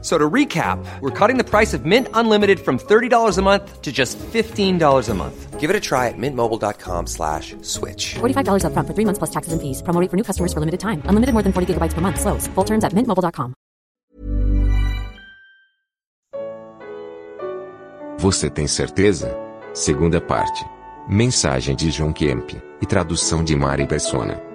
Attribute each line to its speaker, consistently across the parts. Speaker 1: So to recap, we're cutting the price of Mint Unlimited from $30 a month to just $15 a month. Give it a try at mintmobile.com slash switch.
Speaker 2: $45 upfront for three months plus taxes and fees. Promo rate for new customers for limited time. Unlimited more than 40 gigabytes per month. Slows. Full terms at mintmobile.com.
Speaker 3: Você tem certeza? Segunda parte. Mensagem de John Kemp e tradução de Mari Persona.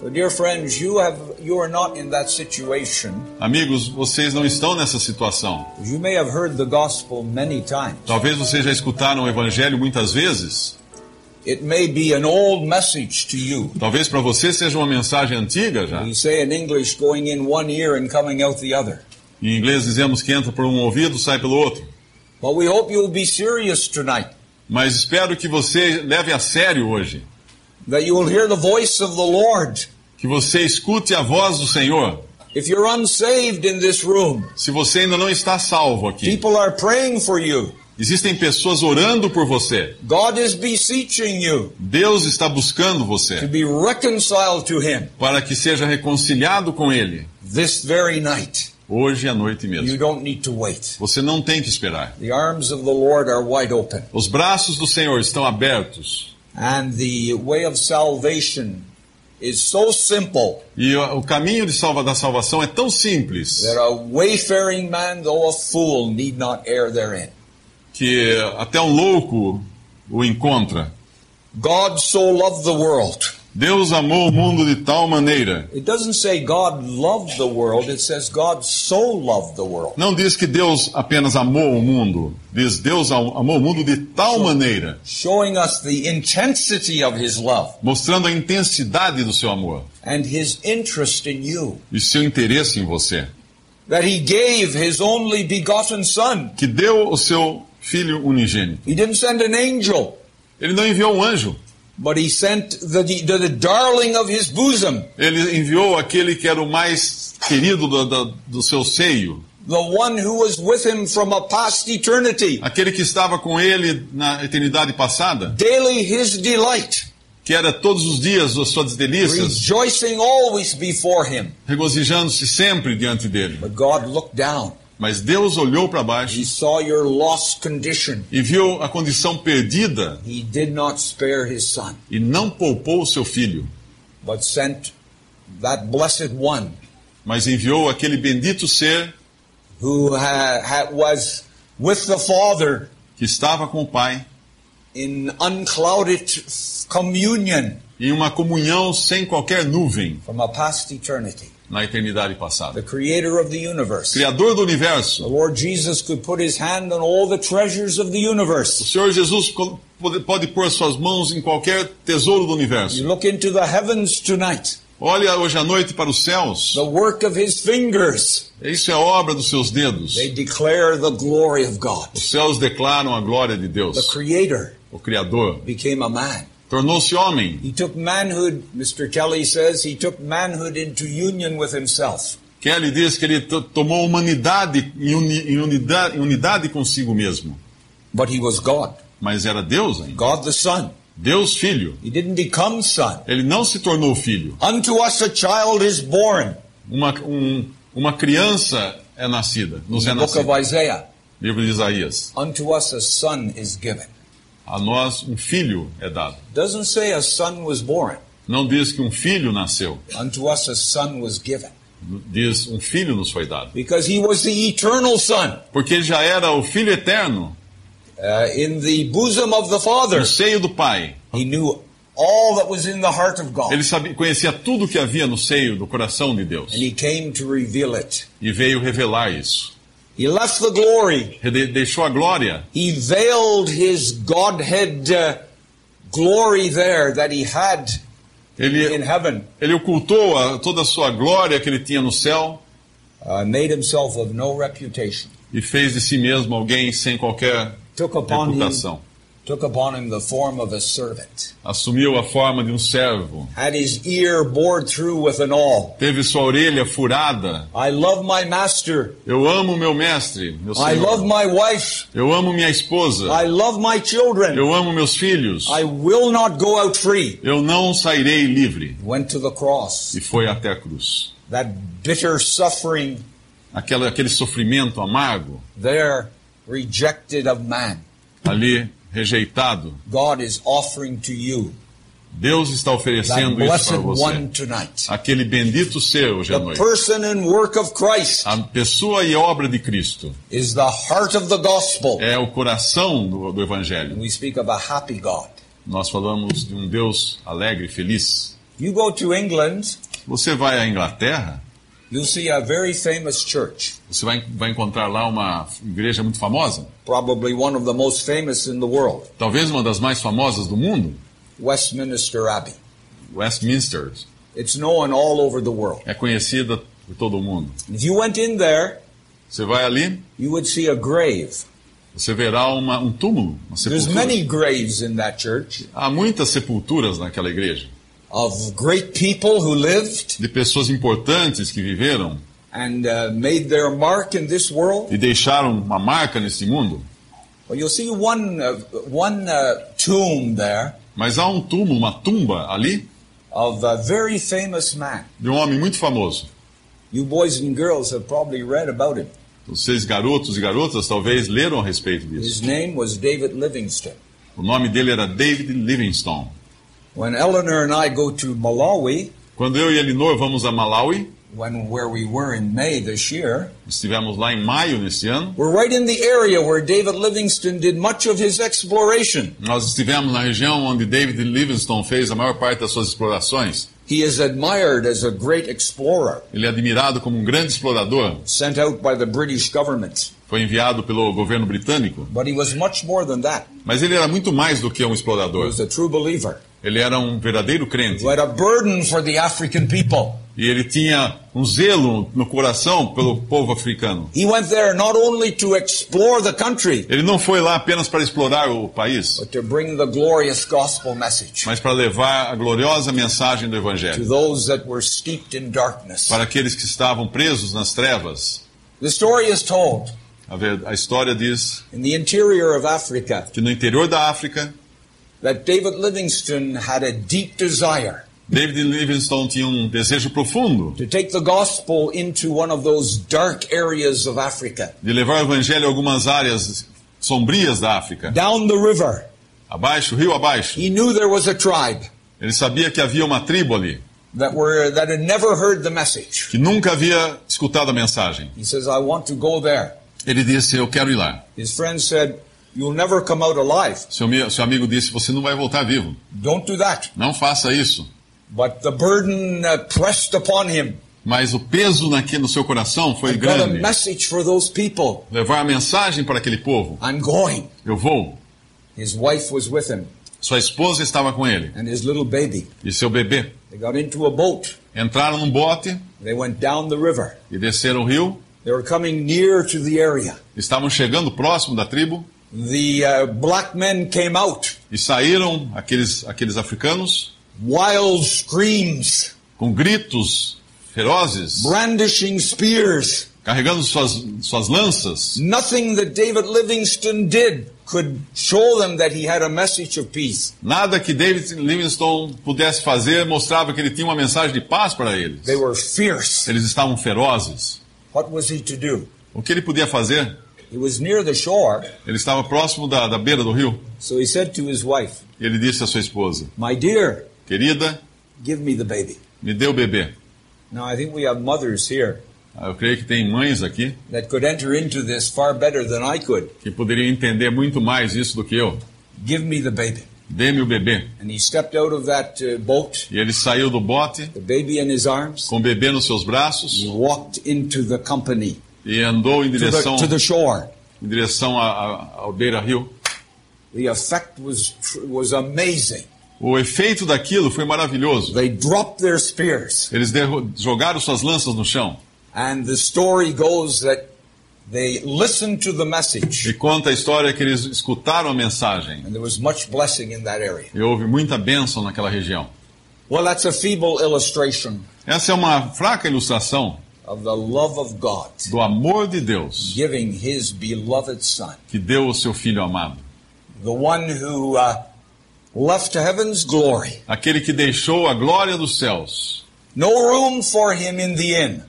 Speaker 4: So, dear friends, you have you are not in that situation.
Speaker 5: Amigos, vocês não estão nessa situação.
Speaker 4: You may have heard the gospel many times.
Speaker 5: Talvez vocês já escutaram o evangelho muitas vezes.
Speaker 4: It may be an old message to you.
Speaker 5: Talvez para você seja uma mensagem antiga já.
Speaker 4: We say in English, going in one ear and coming out the other.
Speaker 5: Em inglês dizemos que entra por um ouvido, sai pelo outro.
Speaker 4: But we hope you will be serious tonight,
Speaker 5: Mas espero que você leve a sério hoje,
Speaker 4: that you will hear the voice of the Lord.
Speaker 5: que você escute a voz do Senhor.
Speaker 4: If you're unsaved in this room,
Speaker 5: Se você ainda não está salvo aqui,
Speaker 4: people are praying for you.
Speaker 5: existem pessoas orando por você.
Speaker 4: God is beseeching you
Speaker 5: Deus está buscando
Speaker 4: to
Speaker 5: você
Speaker 4: be reconciled to Him
Speaker 5: para que seja reconciliado com ele
Speaker 4: this very night.
Speaker 5: hoje à noite
Speaker 4: You
Speaker 5: mesmo.
Speaker 4: don't need to wait.
Speaker 5: Você não tem que esperar.
Speaker 4: The arms of the Lord are wide open.
Speaker 5: Os braços do Senhor estão abertos.
Speaker 4: And the way of salvation is so simple
Speaker 5: E o o caminho de salva da salvação é tão simples
Speaker 4: that a wayfaring man, though a fool, need not err therein.
Speaker 5: que até um louco o encontra.
Speaker 4: God so loved the world.
Speaker 5: Deus amou o mundo de tal maneira.
Speaker 4: It doesn't say God loved the world, it says God so loved the world.
Speaker 5: Não diz que Deus apenas amou o mundo, diz Deus am- amou o mundo de tal maneira,
Speaker 4: Showing us the intensity of his love
Speaker 5: mostrando a intensidade do seu amor
Speaker 4: and his interest in you.
Speaker 5: e seu interesse em você,
Speaker 4: That he gave his only begotten son.
Speaker 5: que deu o seu filho unigênito.
Speaker 4: He didn't send an angel,
Speaker 5: Ele não enviou um anjo,
Speaker 4: but he sent the, the, the darling of his bosom,
Speaker 5: ele enviou aquele que era o mais querido do, do- do seu seio,
Speaker 4: the one who was with him from a past eternity.
Speaker 5: aquele que estava com ele na eternidade passada.
Speaker 4: daily his delight,
Speaker 5: que era todos os dias as suas
Speaker 4: é.
Speaker 5: delícias,
Speaker 4: rejoicing always before him.
Speaker 5: regozijando-se sempre diante dele.
Speaker 4: But God looked down.
Speaker 5: Mas Deus olhou para baixo
Speaker 4: He saw your lost condition.
Speaker 5: e viu a condição perdida
Speaker 4: He did not spare his son,
Speaker 5: e não poupou o seu filho,
Speaker 4: but sent that blessed one
Speaker 5: mas enviou aquele bendito ser
Speaker 4: who ha- ha- was with the Father
Speaker 5: que estava com o Pai
Speaker 4: in unclouded communion
Speaker 5: em uma comunhão sem qualquer nuvem
Speaker 4: from a past eternity.
Speaker 5: na eternidade
Speaker 4: The
Speaker 5: passada.
Speaker 4: creator of the universe. The
Speaker 5: Criador do universo,
Speaker 4: Lord Jesus could put his hand on all the treasures of the
Speaker 5: o
Speaker 4: universe.
Speaker 5: Senhor Jesus co- pode, pode pôr suas mãos em qualquer tesouro do
Speaker 4: You
Speaker 5: universo.
Speaker 4: look into the heavens tonight,
Speaker 5: Olha hoje à noite para os céus,
Speaker 4: the work of his fingers.
Speaker 5: isso é obra dos seus dedos.
Speaker 4: They declare the glory of God.
Speaker 5: Os céus declaram a glória de
Speaker 4: The
Speaker 5: Deus.
Speaker 4: Creator
Speaker 5: o Criador,
Speaker 4: became a man.
Speaker 5: tornou-se homem,
Speaker 4: He took manhood, Mr. Kelly says, he took manhood into union with himself.
Speaker 5: que ele diz que ele to- tomou humanidade em, uni, em unidade, em unidade consigo mesmo.
Speaker 4: But he was God,
Speaker 5: Mas era Deus ainda.
Speaker 4: God the Son.
Speaker 5: Deus Filho.
Speaker 4: He didn't become Son.
Speaker 5: Ele não se tornou filho.
Speaker 4: Unto us a child is born.
Speaker 5: Uma, um- uma criança é nascida, nos é
Speaker 4: The book of
Speaker 5: nascida.
Speaker 4: Isaiah.
Speaker 5: Livro de Isaías.
Speaker 4: Unto us a son is given.
Speaker 5: A nós um filho é dado.
Speaker 4: Doesn't say a son was born.
Speaker 5: Não diz que um filho nasceu,
Speaker 4: Unto us a son was given.
Speaker 5: diz um filho nos foi dado.
Speaker 4: Because he was the eternal Son
Speaker 5: Porque ele já era o filho eterno,
Speaker 4: uh, in the bosom of the Father.
Speaker 5: no seio do Pai.
Speaker 4: He knew all that was in the heart of God.
Speaker 5: Ele sabia, conhecia tudo o que havia no seio do coração de Deus.
Speaker 4: And he came to reveal it.
Speaker 5: e veio revelar isso.
Speaker 4: He left the glory.
Speaker 5: Ele deixou a glória,
Speaker 4: He veiled his Godhead uh, glory there that he had in
Speaker 5: ele,
Speaker 4: heaven,
Speaker 5: ele ocultou a- toda a sua glória que ele tinha no céu
Speaker 4: uh, made himself of no reputation,
Speaker 5: e fez de si mesmo alguém sem qualquer
Speaker 4: took upon him
Speaker 5: reputação.
Speaker 4: took upon him the form of a servant,
Speaker 5: assumiu a forma de um servo,
Speaker 4: had his ear bored through with an awl.
Speaker 5: teve sua orelha furada.
Speaker 4: I love my master.
Speaker 5: Eu amo meu mestre, meu
Speaker 4: I love
Speaker 5: senhor.
Speaker 4: my wife.
Speaker 5: Eu amo minha esposa.
Speaker 4: I love my children.
Speaker 5: Eu amo meus filhos.
Speaker 4: I will not go out free.
Speaker 5: Eu não sairei livre.
Speaker 4: Went to the cross.
Speaker 5: E foi até a cruz.
Speaker 4: That bitter suffering
Speaker 5: Aquela, aquele sofrimento amargo,
Speaker 4: there, rejected of man,
Speaker 5: ali rejeitado.
Speaker 4: God is offering to you
Speaker 5: Deus está
Speaker 4: that
Speaker 5: oferecendo isso
Speaker 4: blessed
Speaker 5: para
Speaker 4: one
Speaker 5: você.
Speaker 4: tonight.
Speaker 5: Aquele bendito ser hoje à
Speaker 4: The
Speaker 5: noite.
Speaker 4: person and work of Christ
Speaker 5: A pessoa e obra de Cristo
Speaker 4: is the heart of the gospel.
Speaker 5: é o coração do, do Evangelho.
Speaker 4: We speak of a happy God.
Speaker 5: Nós falamos de um Deus alegre e feliz.
Speaker 4: You go to England,
Speaker 5: Você vai à Inglaterra,
Speaker 4: you'll see a very famous church,
Speaker 5: você vai, vai encontrar lá uma igreja muito famosa,
Speaker 4: probably one of the most famous in the world,
Speaker 5: talvez uma das mais famosas do mundo,
Speaker 4: Westminster Abbey.
Speaker 5: Westminster.
Speaker 4: It's known all over the world.
Speaker 5: É conhecida por todo mundo.
Speaker 4: If you went in there,
Speaker 5: Você vai ali,
Speaker 4: you would see a grave.
Speaker 5: você verá uma, um túmulo, uma
Speaker 4: There's
Speaker 5: sepultura.
Speaker 4: many graves in that church
Speaker 5: Há muitas sepulturas naquela igreja,
Speaker 4: of great people who lived
Speaker 5: de pessoas importantes que viveram
Speaker 4: and uh, made their mark in this world.
Speaker 5: e deixaram uma marca nesse mundo.
Speaker 4: Well, you'll see one uh, one uh, tomb there
Speaker 5: Mas há um túmulo, uma tumba ali,
Speaker 4: of a very famous man.
Speaker 5: de um homem muito famoso.
Speaker 4: You boys and girls have probably read about him.
Speaker 5: Vocês, garotos e garotas, talvez leram a respeito disso.
Speaker 4: His name was David Livingstone.
Speaker 5: O nome dele era David Livingstone.
Speaker 4: When Eleanor and I go to Malawi,
Speaker 5: Quando eu e Elinor vamos a Malawi,
Speaker 4: when where we were in May this year,
Speaker 5: estivemos lá em maio nesse ano,
Speaker 4: we're right in the area where David Livingstone did much of his exploration.
Speaker 5: nós estivemos na região onde David Livingstone fez a maior parte das suas explorações.
Speaker 4: He is admired as a great explorer,
Speaker 5: Ele é admirado como um grande explorador,
Speaker 4: sent out by the British government.
Speaker 5: foi enviado pelo governo britânico,
Speaker 4: But he was much more than that.
Speaker 5: mas ele era muito mais do que um
Speaker 4: He
Speaker 5: explorador.
Speaker 4: was a true believer
Speaker 5: Ele era um verdadeiro crente
Speaker 4: who had a burden for the African people.
Speaker 5: e ele tinha um zelo no coração pelo povo africano.
Speaker 4: He went there not only to explore the country,
Speaker 5: Ele não foi lá apenas para explorar o país,
Speaker 4: but to bring the glorious gospel message
Speaker 5: mas para levar a gloriosa mensagem do
Speaker 4: to
Speaker 5: Evangelho
Speaker 4: those that were steeped in darkness.
Speaker 5: para aqueles que estavam presos nas trevas.
Speaker 4: The story is told
Speaker 5: A, ver- a história diz
Speaker 4: in the interior of Africa
Speaker 5: que no interior da África,
Speaker 4: that David Livingstone had a deep desire
Speaker 5: David Livingstone tinha um desejo profundo
Speaker 4: to take the gospel into one of those dark areas of Africa.
Speaker 5: de levar o Evangelho a algumas áreas sombrias da África,
Speaker 4: Down the river,
Speaker 5: abaixo, rio abaixo.
Speaker 4: he knew there was a tribe
Speaker 5: Ele sabia que havia uma tribo ali
Speaker 4: that were that had never heard the message.
Speaker 5: que nunca havia escutado a mensagem.
Speaker 4: He says, "I want to go there."
Speaker 5: Ele disse: Eu quero ir lá.
Speaker 4: His friend said, "You'll never come out alive.
Speaker 5: Seu, mi- seu amigo disse: Você não vai voltar vivo.
Speaker 4: Don't do that."
Speaker 5: Não faça isso.
Speaker 4: But the burden uh, pressed upon him.
Speaker 5: Mas o peso naqui, no seu coração foi
Speaker 4: I've got a
Speaker 5: grande.
Speaker 4: message for those people.
Speaker 5: Levar a mensagem para aquele povo.
Speaker 4: I'm going.
Speaker 5: Eu vou.
Speaker 4: His wife was with him
Speaker 5: Sua esposa estava com ele
Speaker 4: and his little baby.
Speaker 5: e seu bebê.
Speaker 4: They got into a boat.
Speaker 5: Entraram num bote
Speaker 4: They went down the river.
Speaker 5: e desceram o rio.
Speaker 4: They were coming near to the area.
Speaker 5: Estavam chegando próximo da tribo
Speaker 4: The uh, black men came out,
Speaker 5: e saíram aqueles, aqueles africanos
Speaker 4: wild screams,
Speaker 5: com gritos ferozes,
Speaker 4: brandishing spears.
Speaker 5: carregando suas, suas lanças.
Speaker 4: Nothing that David Livingstone did could show them that he had a message of peace.
Speaker 5: Nada que David Livingstone pudesse fazer mostrava que ele tinha uma mensagem de paz para eles.
Speaker 4: They were fierce.
Speaker 5: Eles estavam ferozes.
Speaker 4: What was he to do?
Speaker 5: O que ele podia fazer?
Speaker 4: He was near the shore,
Speaker 5: Ele estava próximo da, da beira do rio.
Speaker 4: so he said to his wife,
Speaker 5: E ele disse à sua esposa:
Speaker 4: My dear,
Speaker 5: Querida,
Speaker 4: give me the baby.
Speaker 5: me dê o bebê.
Speaker 4: Now, I think we have mothers here
Speaker 5: Ah, Eu creio que tem mães aqui
Speaker 4: that could enter into this far better than I could.
Speaker 5: que poderiam entender muito mais isso do que eu.
Speaker 4: Give me the baby.
Speaker 5: Dê-me o bebê.
Speaker 4: And he stepped out of that uh, boat,
Speaker 5: E ele saiu do bote
Speaker 4: the baby in his arms,
Speaker 5: com o bebê nos seus
Speaker 4: and
Speaker 5: braços
Speaker 4: walked into the company,
Speaker 5: e andou em
Speaker 4: to the,
Speaker 5: direção
Speaker 4: to the shore.
Speaker 5: em direção à, à- ao beira rio.
Speaker 4: The effect was tr- was amazing.
Speaker 5: O efeito daquilo foi maravilhoso.
Speaker 4: They dropped their spears,
Speaker 5: Eles derru- jogaram suas lanças no chão.
Speaker 4: and the story goes that They listened to the message,
Speaker 5: E conta a história que eles escutaram a mensagem.
Speaker 4: and there was much blessing in that area.
Speaker 5: E houve muita bênção naquela região.
Speaker 4: Well, that's a feeble illustration
Speaker 5: Essa é uma fraca ilustração
Speaker 4: of the love of God
Speaker 5: do amor de Deus
Speaker 4: giving His beloved Son,
Speaker 5: que deu o seu filho amado.
Speaker 4: the one who uh, left heaven's glory,
Speaker 5: Aquele que deixou a glória dos céus.
Speaker 4: no room for Him in the inn.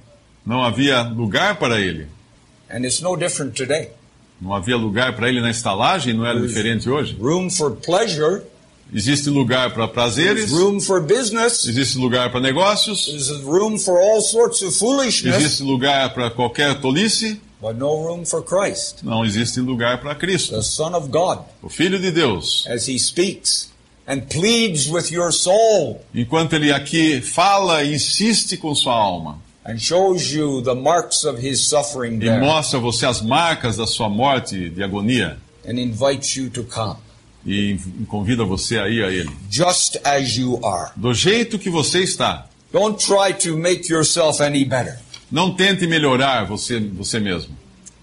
Speaker 5: Não havia lugar para ele.
Speaker 4: And it's no different today.
Speaker 5: Não havia lugar para ele na estalagem, não era diferente hoje.
Speaker 4: Room for pleasure,
Speaker 5: Existe lugar para prazeres,
Speaker 4: there's room for business,
Speaker 5: existe lugar para negócios,
Speaker 4: there's room for all sorts of foolishness,
Speaker 5: existe lugar para qualquer tolice,
Speaker 4: but no room for Christ,
Speaker 5: não existe lugar para Cristo,
Speaker 4: the Son of God,
Speaker 5: o Filho de Deus.
Speaker 4: as He speaks and pleads with your soul
Speaker 5: Enquanto ele aqui fala e insiste com sua alma
Speaker 4: and shows you the marks of His suffering
Speaker 5: e
Speaker 4: there
Speaker 5: mostra a você as marcas da sua morte de agonia
Speaker 4: and invites you to come
Speaker 5: e convida você a ir a ele.
Speaker 4: just as you are.
Speaker 5: Do jeito que você está,
Speaker 4: Don't try to make yourself any better,
Speaker 5: não tente melhorar você, você mesmo,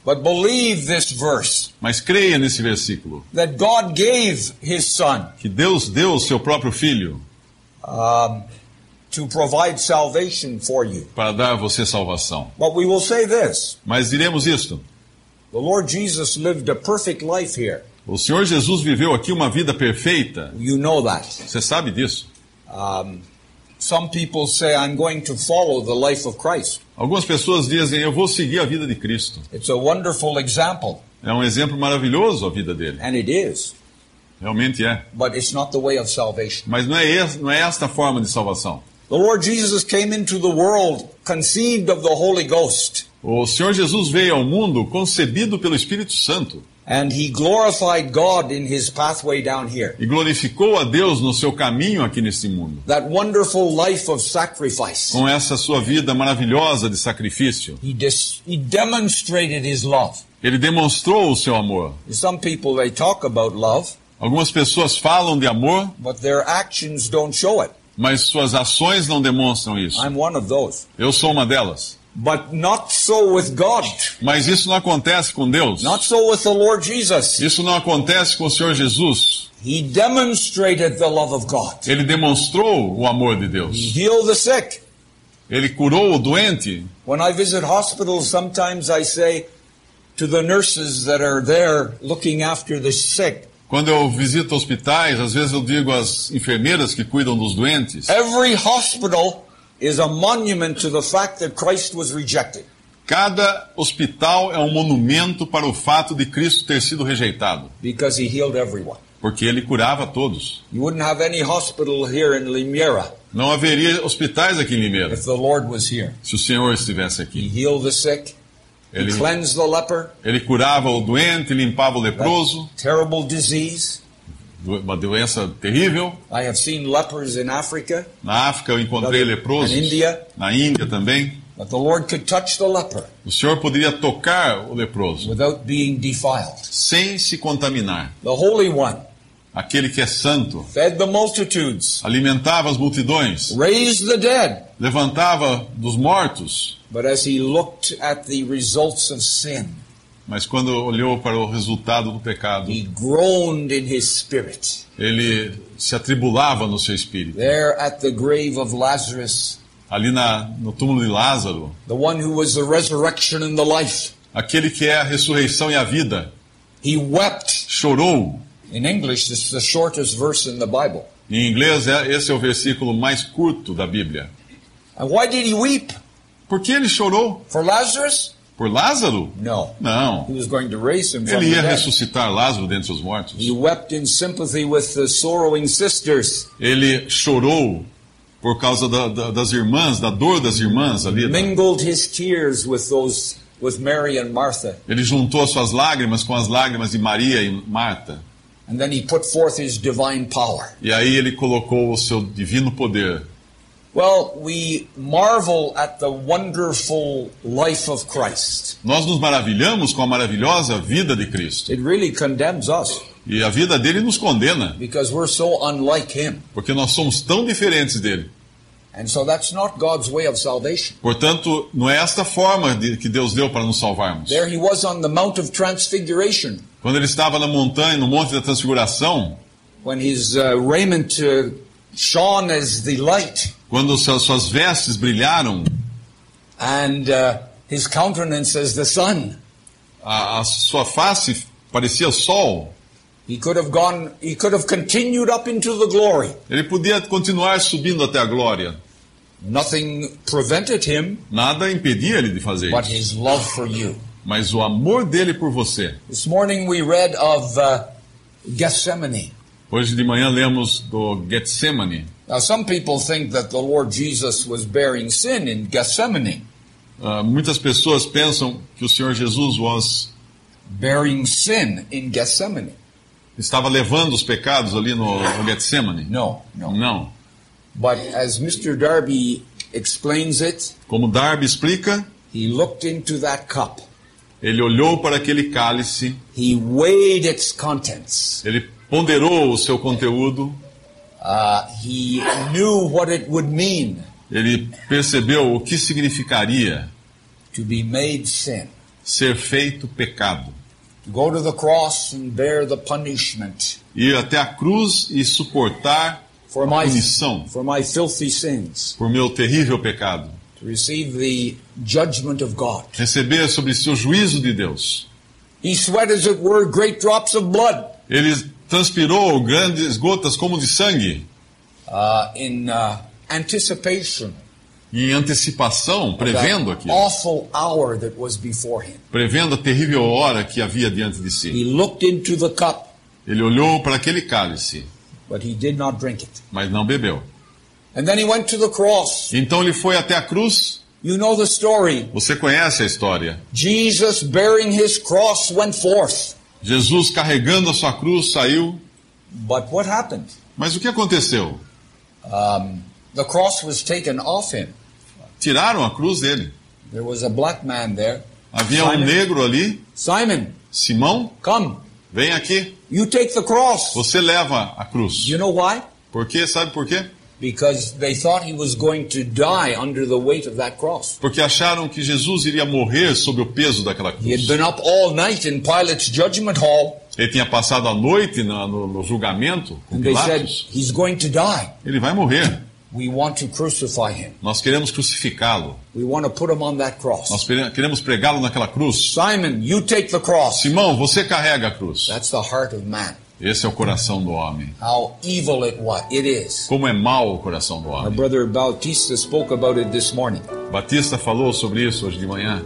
Speaker 4: but believe this verse
Speaker 5: mas creia nesse versículo,
Speaker 4: that God gave His Son
Speaker 5: que Deus deu o seu próprio filho
Speaker 4: um, to provide salvation for you.
Speaker 5: para dar a você salvação.
Speaker 4: But we will say this
Speaker 5: Mas diremos isto:
Speaker 4: the Lord Jesus lived a perfect life here.
Speaker 5: o Senhor Jesus viveu aqui uma vida perfeita.
Speaker 4: You know that.
Speaker 5: Você sabe disso?
Speaker 4: Um, some people say, I'm going to follow the life of Christ.
Speaker 5: Algumas pessoas dizem: eu vou seguir a vida de Cristo.
Speaker 4: It's a wonderful example,
Speaker 5: É um exemplo maravilhoso a vida dele.
Speaker 4: and it is,
Speaker 5: Realmente é.
Speaker 4: but it's not the way of salvation.
Speaker 5: Mas não é, es- não é esta forma de salvação.
Speaker 4: The Lord Jesus came into the world conceived of the Holy Ghost,
Speaker 5: O Senhor Jesus veio ao mundo concebido pelo Espírito Santo
Speaker 4: and he glorified God in his pathway down here.
Speaker 5: e glorificou a Deus no seu caminho aqui neste mundo,
Speaker 4: That wonderful life of sacrifice.
Speaker 5: com essa sua vida maravilhosa de sacrifício.
Speaker 4: He, dis- he demonstrated his love.
Speaker 5: Ele demonstrou o seu amor.
Speaker 4: Some people, they talk about love,
Speaker 5: Algumas pessoas falam de amor,
Speaker 4: but their actions don't show it.
Speaker 5: mas suas ações não demonstram isso.
Speaker 4: I'm one of those.
Speaker 5: Eu sou uma delas.
Speaker 4: But not so with God.
Speaker 5: Mas isso não acontece com Deus.
Speaker 4: Not so with the Lord Jesus.
Speaker 5: Isso não acontece com o Senhor Jesus.
Speaker 4: He demonstrated the love of God.
Speaker 5: Ele demonstrou o amor de
Speaker 4: He
Speaker 5: Deus.
Speaker 4: healed the sick.
Speaker 5: Ele curou o doente.
Speaker 4: When I visit hospitals, sometimes I say to the nurses that are there looking after the sick,
Speaker 5: Quando eu visito hospitais, às vezes eu digo às enfermeiras que cuidam dos doentes,
Speaker 4: every hospital is a monument to the fact that Christ was rejected.
Speaker 5: cada hospital é um monumento para o fato de Cristo ter sido rejeitado,
Speaker 4: because he healed everyone.
Speaker 5: porque ele curava todos.
Speaker 4: You wouldn't have any hospital here in Limera
Speaker 5: Não haveria hospitais aqui em Limeira
Speaker 4: if the Lord was here.
Speaker 5: se o Senhor estivesse
Speaker 4: He
Speaker 5: aqui.
Speaker 4: healed the sick, he
Speaker 5: Ele,
Speaker 4: cleansed the leper,
Speaker 5: ele curava o doente, limpava o
Speaker 4: that
Speaker 5: leproso,
Speaker 4: terrible disease.
Speaker 5: do- uma doença terrível.
Speaker 4: I have seen lepers in Africa,
Speaker 5: Na África eu encontrei leprosos.
Speaker 4: Na Índia.
Speaker 5: Na Índia também.
Speaker 4: but the Lord could touch the leper
Speaker 5: O Senhor poderia tocar o leproso
Speaker 4: without being defiled.
Speaker 5: sem se contaminar.
Speaker 4: The Holy One
Speaker 5: Aquele que é santo
Speaker 4: fed the multitudes,
Speaker 5: alimentava as multidões,
Speaker 4: raised the dead,
Speaker 5: levantava dos mortos,
Speaker 4: but as he looked at the results of sin,
Speaker 5: mas quando olhou para o resultado do pecado,
Speaker 4: he groaned in his spirit.
Speaker 5: ele se atribulava no seu espírito.
Speaker 4: There at the grave of Lazarus,
Speaker 5: Ali na, no túmulo de Lázaro,
Speaker 4: the one who was the resurrection and the life,
Speaker 5: aquele que é a ressurreição e a vida,
Speaker 4: He wept.
Speaker 5: chorou.
Speaker 4: In English, this is the shortest verse in the Bible.
Speaker 5: Em inglês, é- esse é o versículo mais curto da Bíblia.
Speaker 4: And why did he weep?
Speaker 5: Por que ele chorou?
Speaker 4: For Lazarus?
Speaker 5: Por Lázaro?
Speaker 4: No.
Speaker 5: Não.
Speaker 4: He was going to raise him from
Speaker 5: Ele
Speaker 4: the
Speaker 5: ia
Speaker 4: dead.
Speaker 5: ressuscitar Lázaro dentre os mortos.
Speaker 4: He wept in sympathy with the sorrowing sisters,
Speaker 5: Ele chorou por causa da- da- das irmãs, da dor das irmãs ali. da-
Speaker 4: mingled his tears with those with Mary and Martha,
Speaker 5: Ele juntou as suas lágrimas com as lágrimas de Maria e Marta.
Speaker 4: and then he put forth his divine power.
Speaker 5: E aí ele colocou o seu divino poder.
Speaker 4: Well, we marvel at the wonderful life of Christ.
Speaker 5: Nós nos maravilhamos com a maravilhosa vida de Cristo.
Speaker 4: It really condemns us
Speaker 5: E a vida dele nos condena,
Speaker 4: because we're so unlike him.
Speaker 5: porque nós somos tão diferentes dele.
Speaker 4: And so that's not God's way of salvation.
Speaker 5: Portanto, não é esta forma de- que Deus deu para nos salvarmos.
Speaker 4: There he was on the Mount of Transfiguration
Speaker 5: Quando ele estava na montanha, no Monte da Transfiguração,
Speaker 4: when his uh, raiment uh, shone as the light
Speaker 5: quando suas suas vestes brilharam,
Speaker 4: and uh, his countenance as the sun.
Speaker 5: a, a sua face parecia sol.
Speaker 4: He could have gone, he could have continued up into the glory.
Speaker 5: Ele podia continuar subindo até a glória.
Speaker 4: Nothing prevented him
Speaker 5: Nada impedia ele de fazer
Speaker 4: but
Speaker 5: isso.
Speaker 4: his love for you.
Speaker 5: Mas o amor dele por você.
Speaker 4: This morning we read of uh, Gethsemane.
Speaker 5: Hoje de manhã lemos do Getsemane.
Speaker 4: Now, some people think that the Lord Jesus was bearing sin in Gethsemane.
Speaker 5: Ah, muitas pessoas pensam que o Senhor Jesus was,
Speaker 4: Bearing sin in Gethsemane.
Speaker 5: estava levando os pecados ali no, no Getsemane. né?
Speaker 4: No, no.
Speaker 5: Não.
Speaker 4: But as Mr. Darby explains it,
Speaker 5: Como Darby explica,
Speaker 4: he looked into that cup.
Speaker 5: ele olhou para aquele cálice,
Speaker 4: He weighed its contents.
Speaker 5: ele ponderou o seu conteúdo,
Speaker 4: Uh, he knew what it would mean
Speaker 5: ele percebeu o que significaria
Speaker 4: to be made sin,
Speaker 5: ser feito pecado.
Speaker 4: to go to the cross and bear the punishment
Speaker 5: Ir até a cruz e suportar
Speaker 4: for my,
Speaker 5: punição
Speaker 4: for my filthy sins,
Speaker 5: por meu terrível pecado.
Speaker 4: to receive the judgment of God.
Speaker 5: Receber sobre si o juízo de Deus.
Speaker 4: He sweat, as it were, great drops of blood.
Speaker 5: Ele transpirou grandes gotas como de sangue
Speaker 4: uh, in uh, anticipation
Speaker 5: em antecipação,
Speaker 4: of
Speaker 5: prevendo
Speaker 4: that
Speaker 5: aquilo,
Speaker 4: awful hour that was before him.
Speaker 5: prevendo a terrível hora que havia diante de si.
Speaker 4: He looked into the cup,
Speaker 5: Ele olhou para aquele cálice,
Speaker 4: but he did not drink it.
Speaker 5: mas não bebeu.
Speaker 4: And then he went to the cross.
Speaker 5: Então ele foi até a cruz.
Speaker 4: You know the story.
Speaker 5: Você conhece a história.
Speaker 4: Jesus, bearing his cross, went forth.
Speaker 5: Jesus carregando a sua cruz saiu.
Speaker 4: But what happened?
Speaker 5: Mas o que aconteceu?
Speaker 4: Um, the cross was taken off him.
Speaker 5: Tiraram a cruz dele.
Speaker 4: There was a black man there.
Speaker 5: Havia um negro ali,
Speaker 4: Simon,
Speaker 5: Simão,
Speaker 4: come.
Speaker 5: vem aqui.
Speaker 4: You take the cross.
Speaker 5: Você leva a cruz.
Speaker 4: You know why?
Speaker 5: Por quê? Sabe por quê?
Speaker 4: Because they thought he was going to die under the weight of that cross.
Speaker 5: Porque acharam que Jesus iria morrer sob o peso daquela
Speaker 4: He had
Speaker 5: cruz.
Speaker 4: been up all night in Pilate's judgment hall,
Speaker 5: Ele tinha passado a noite na- no, no julgamento com
Speaker 4: and they said,
Speaker 5: Pilatos.
Speaker 4: He's going to die.
Speaker 5: Ele vai morrer.
Speaker 4: We want to crucify him.
Speaker 5: Nós queremos crucificá-lo.
Speaker 4: We want to put him on that
Speaker 5: Nós
Speaker 4: cross.
Speaker 5: pere- queremos pregá-lo naquela cruz.
Speaker 4: Simon, you take the cross.
Speaker 5: Simão, você carrega a cruz.
Speaker 4: That's the heart of man.
Speaker 5: Esse é o coração do homem.
Speaker 4: How evil it was. It is.
Speaker 5: Como é mau o coração do
Speaker 4: Our
Speaker 5: homem.
Speaker 4: brother Bautista spoke about it this morning.
Speaker 5: Batista falou sobre isso hoje de manhã.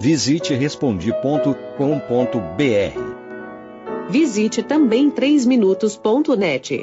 Speaker 6: Visite respondi.com.br.
Speaker 7: Visite também 3minutos.net.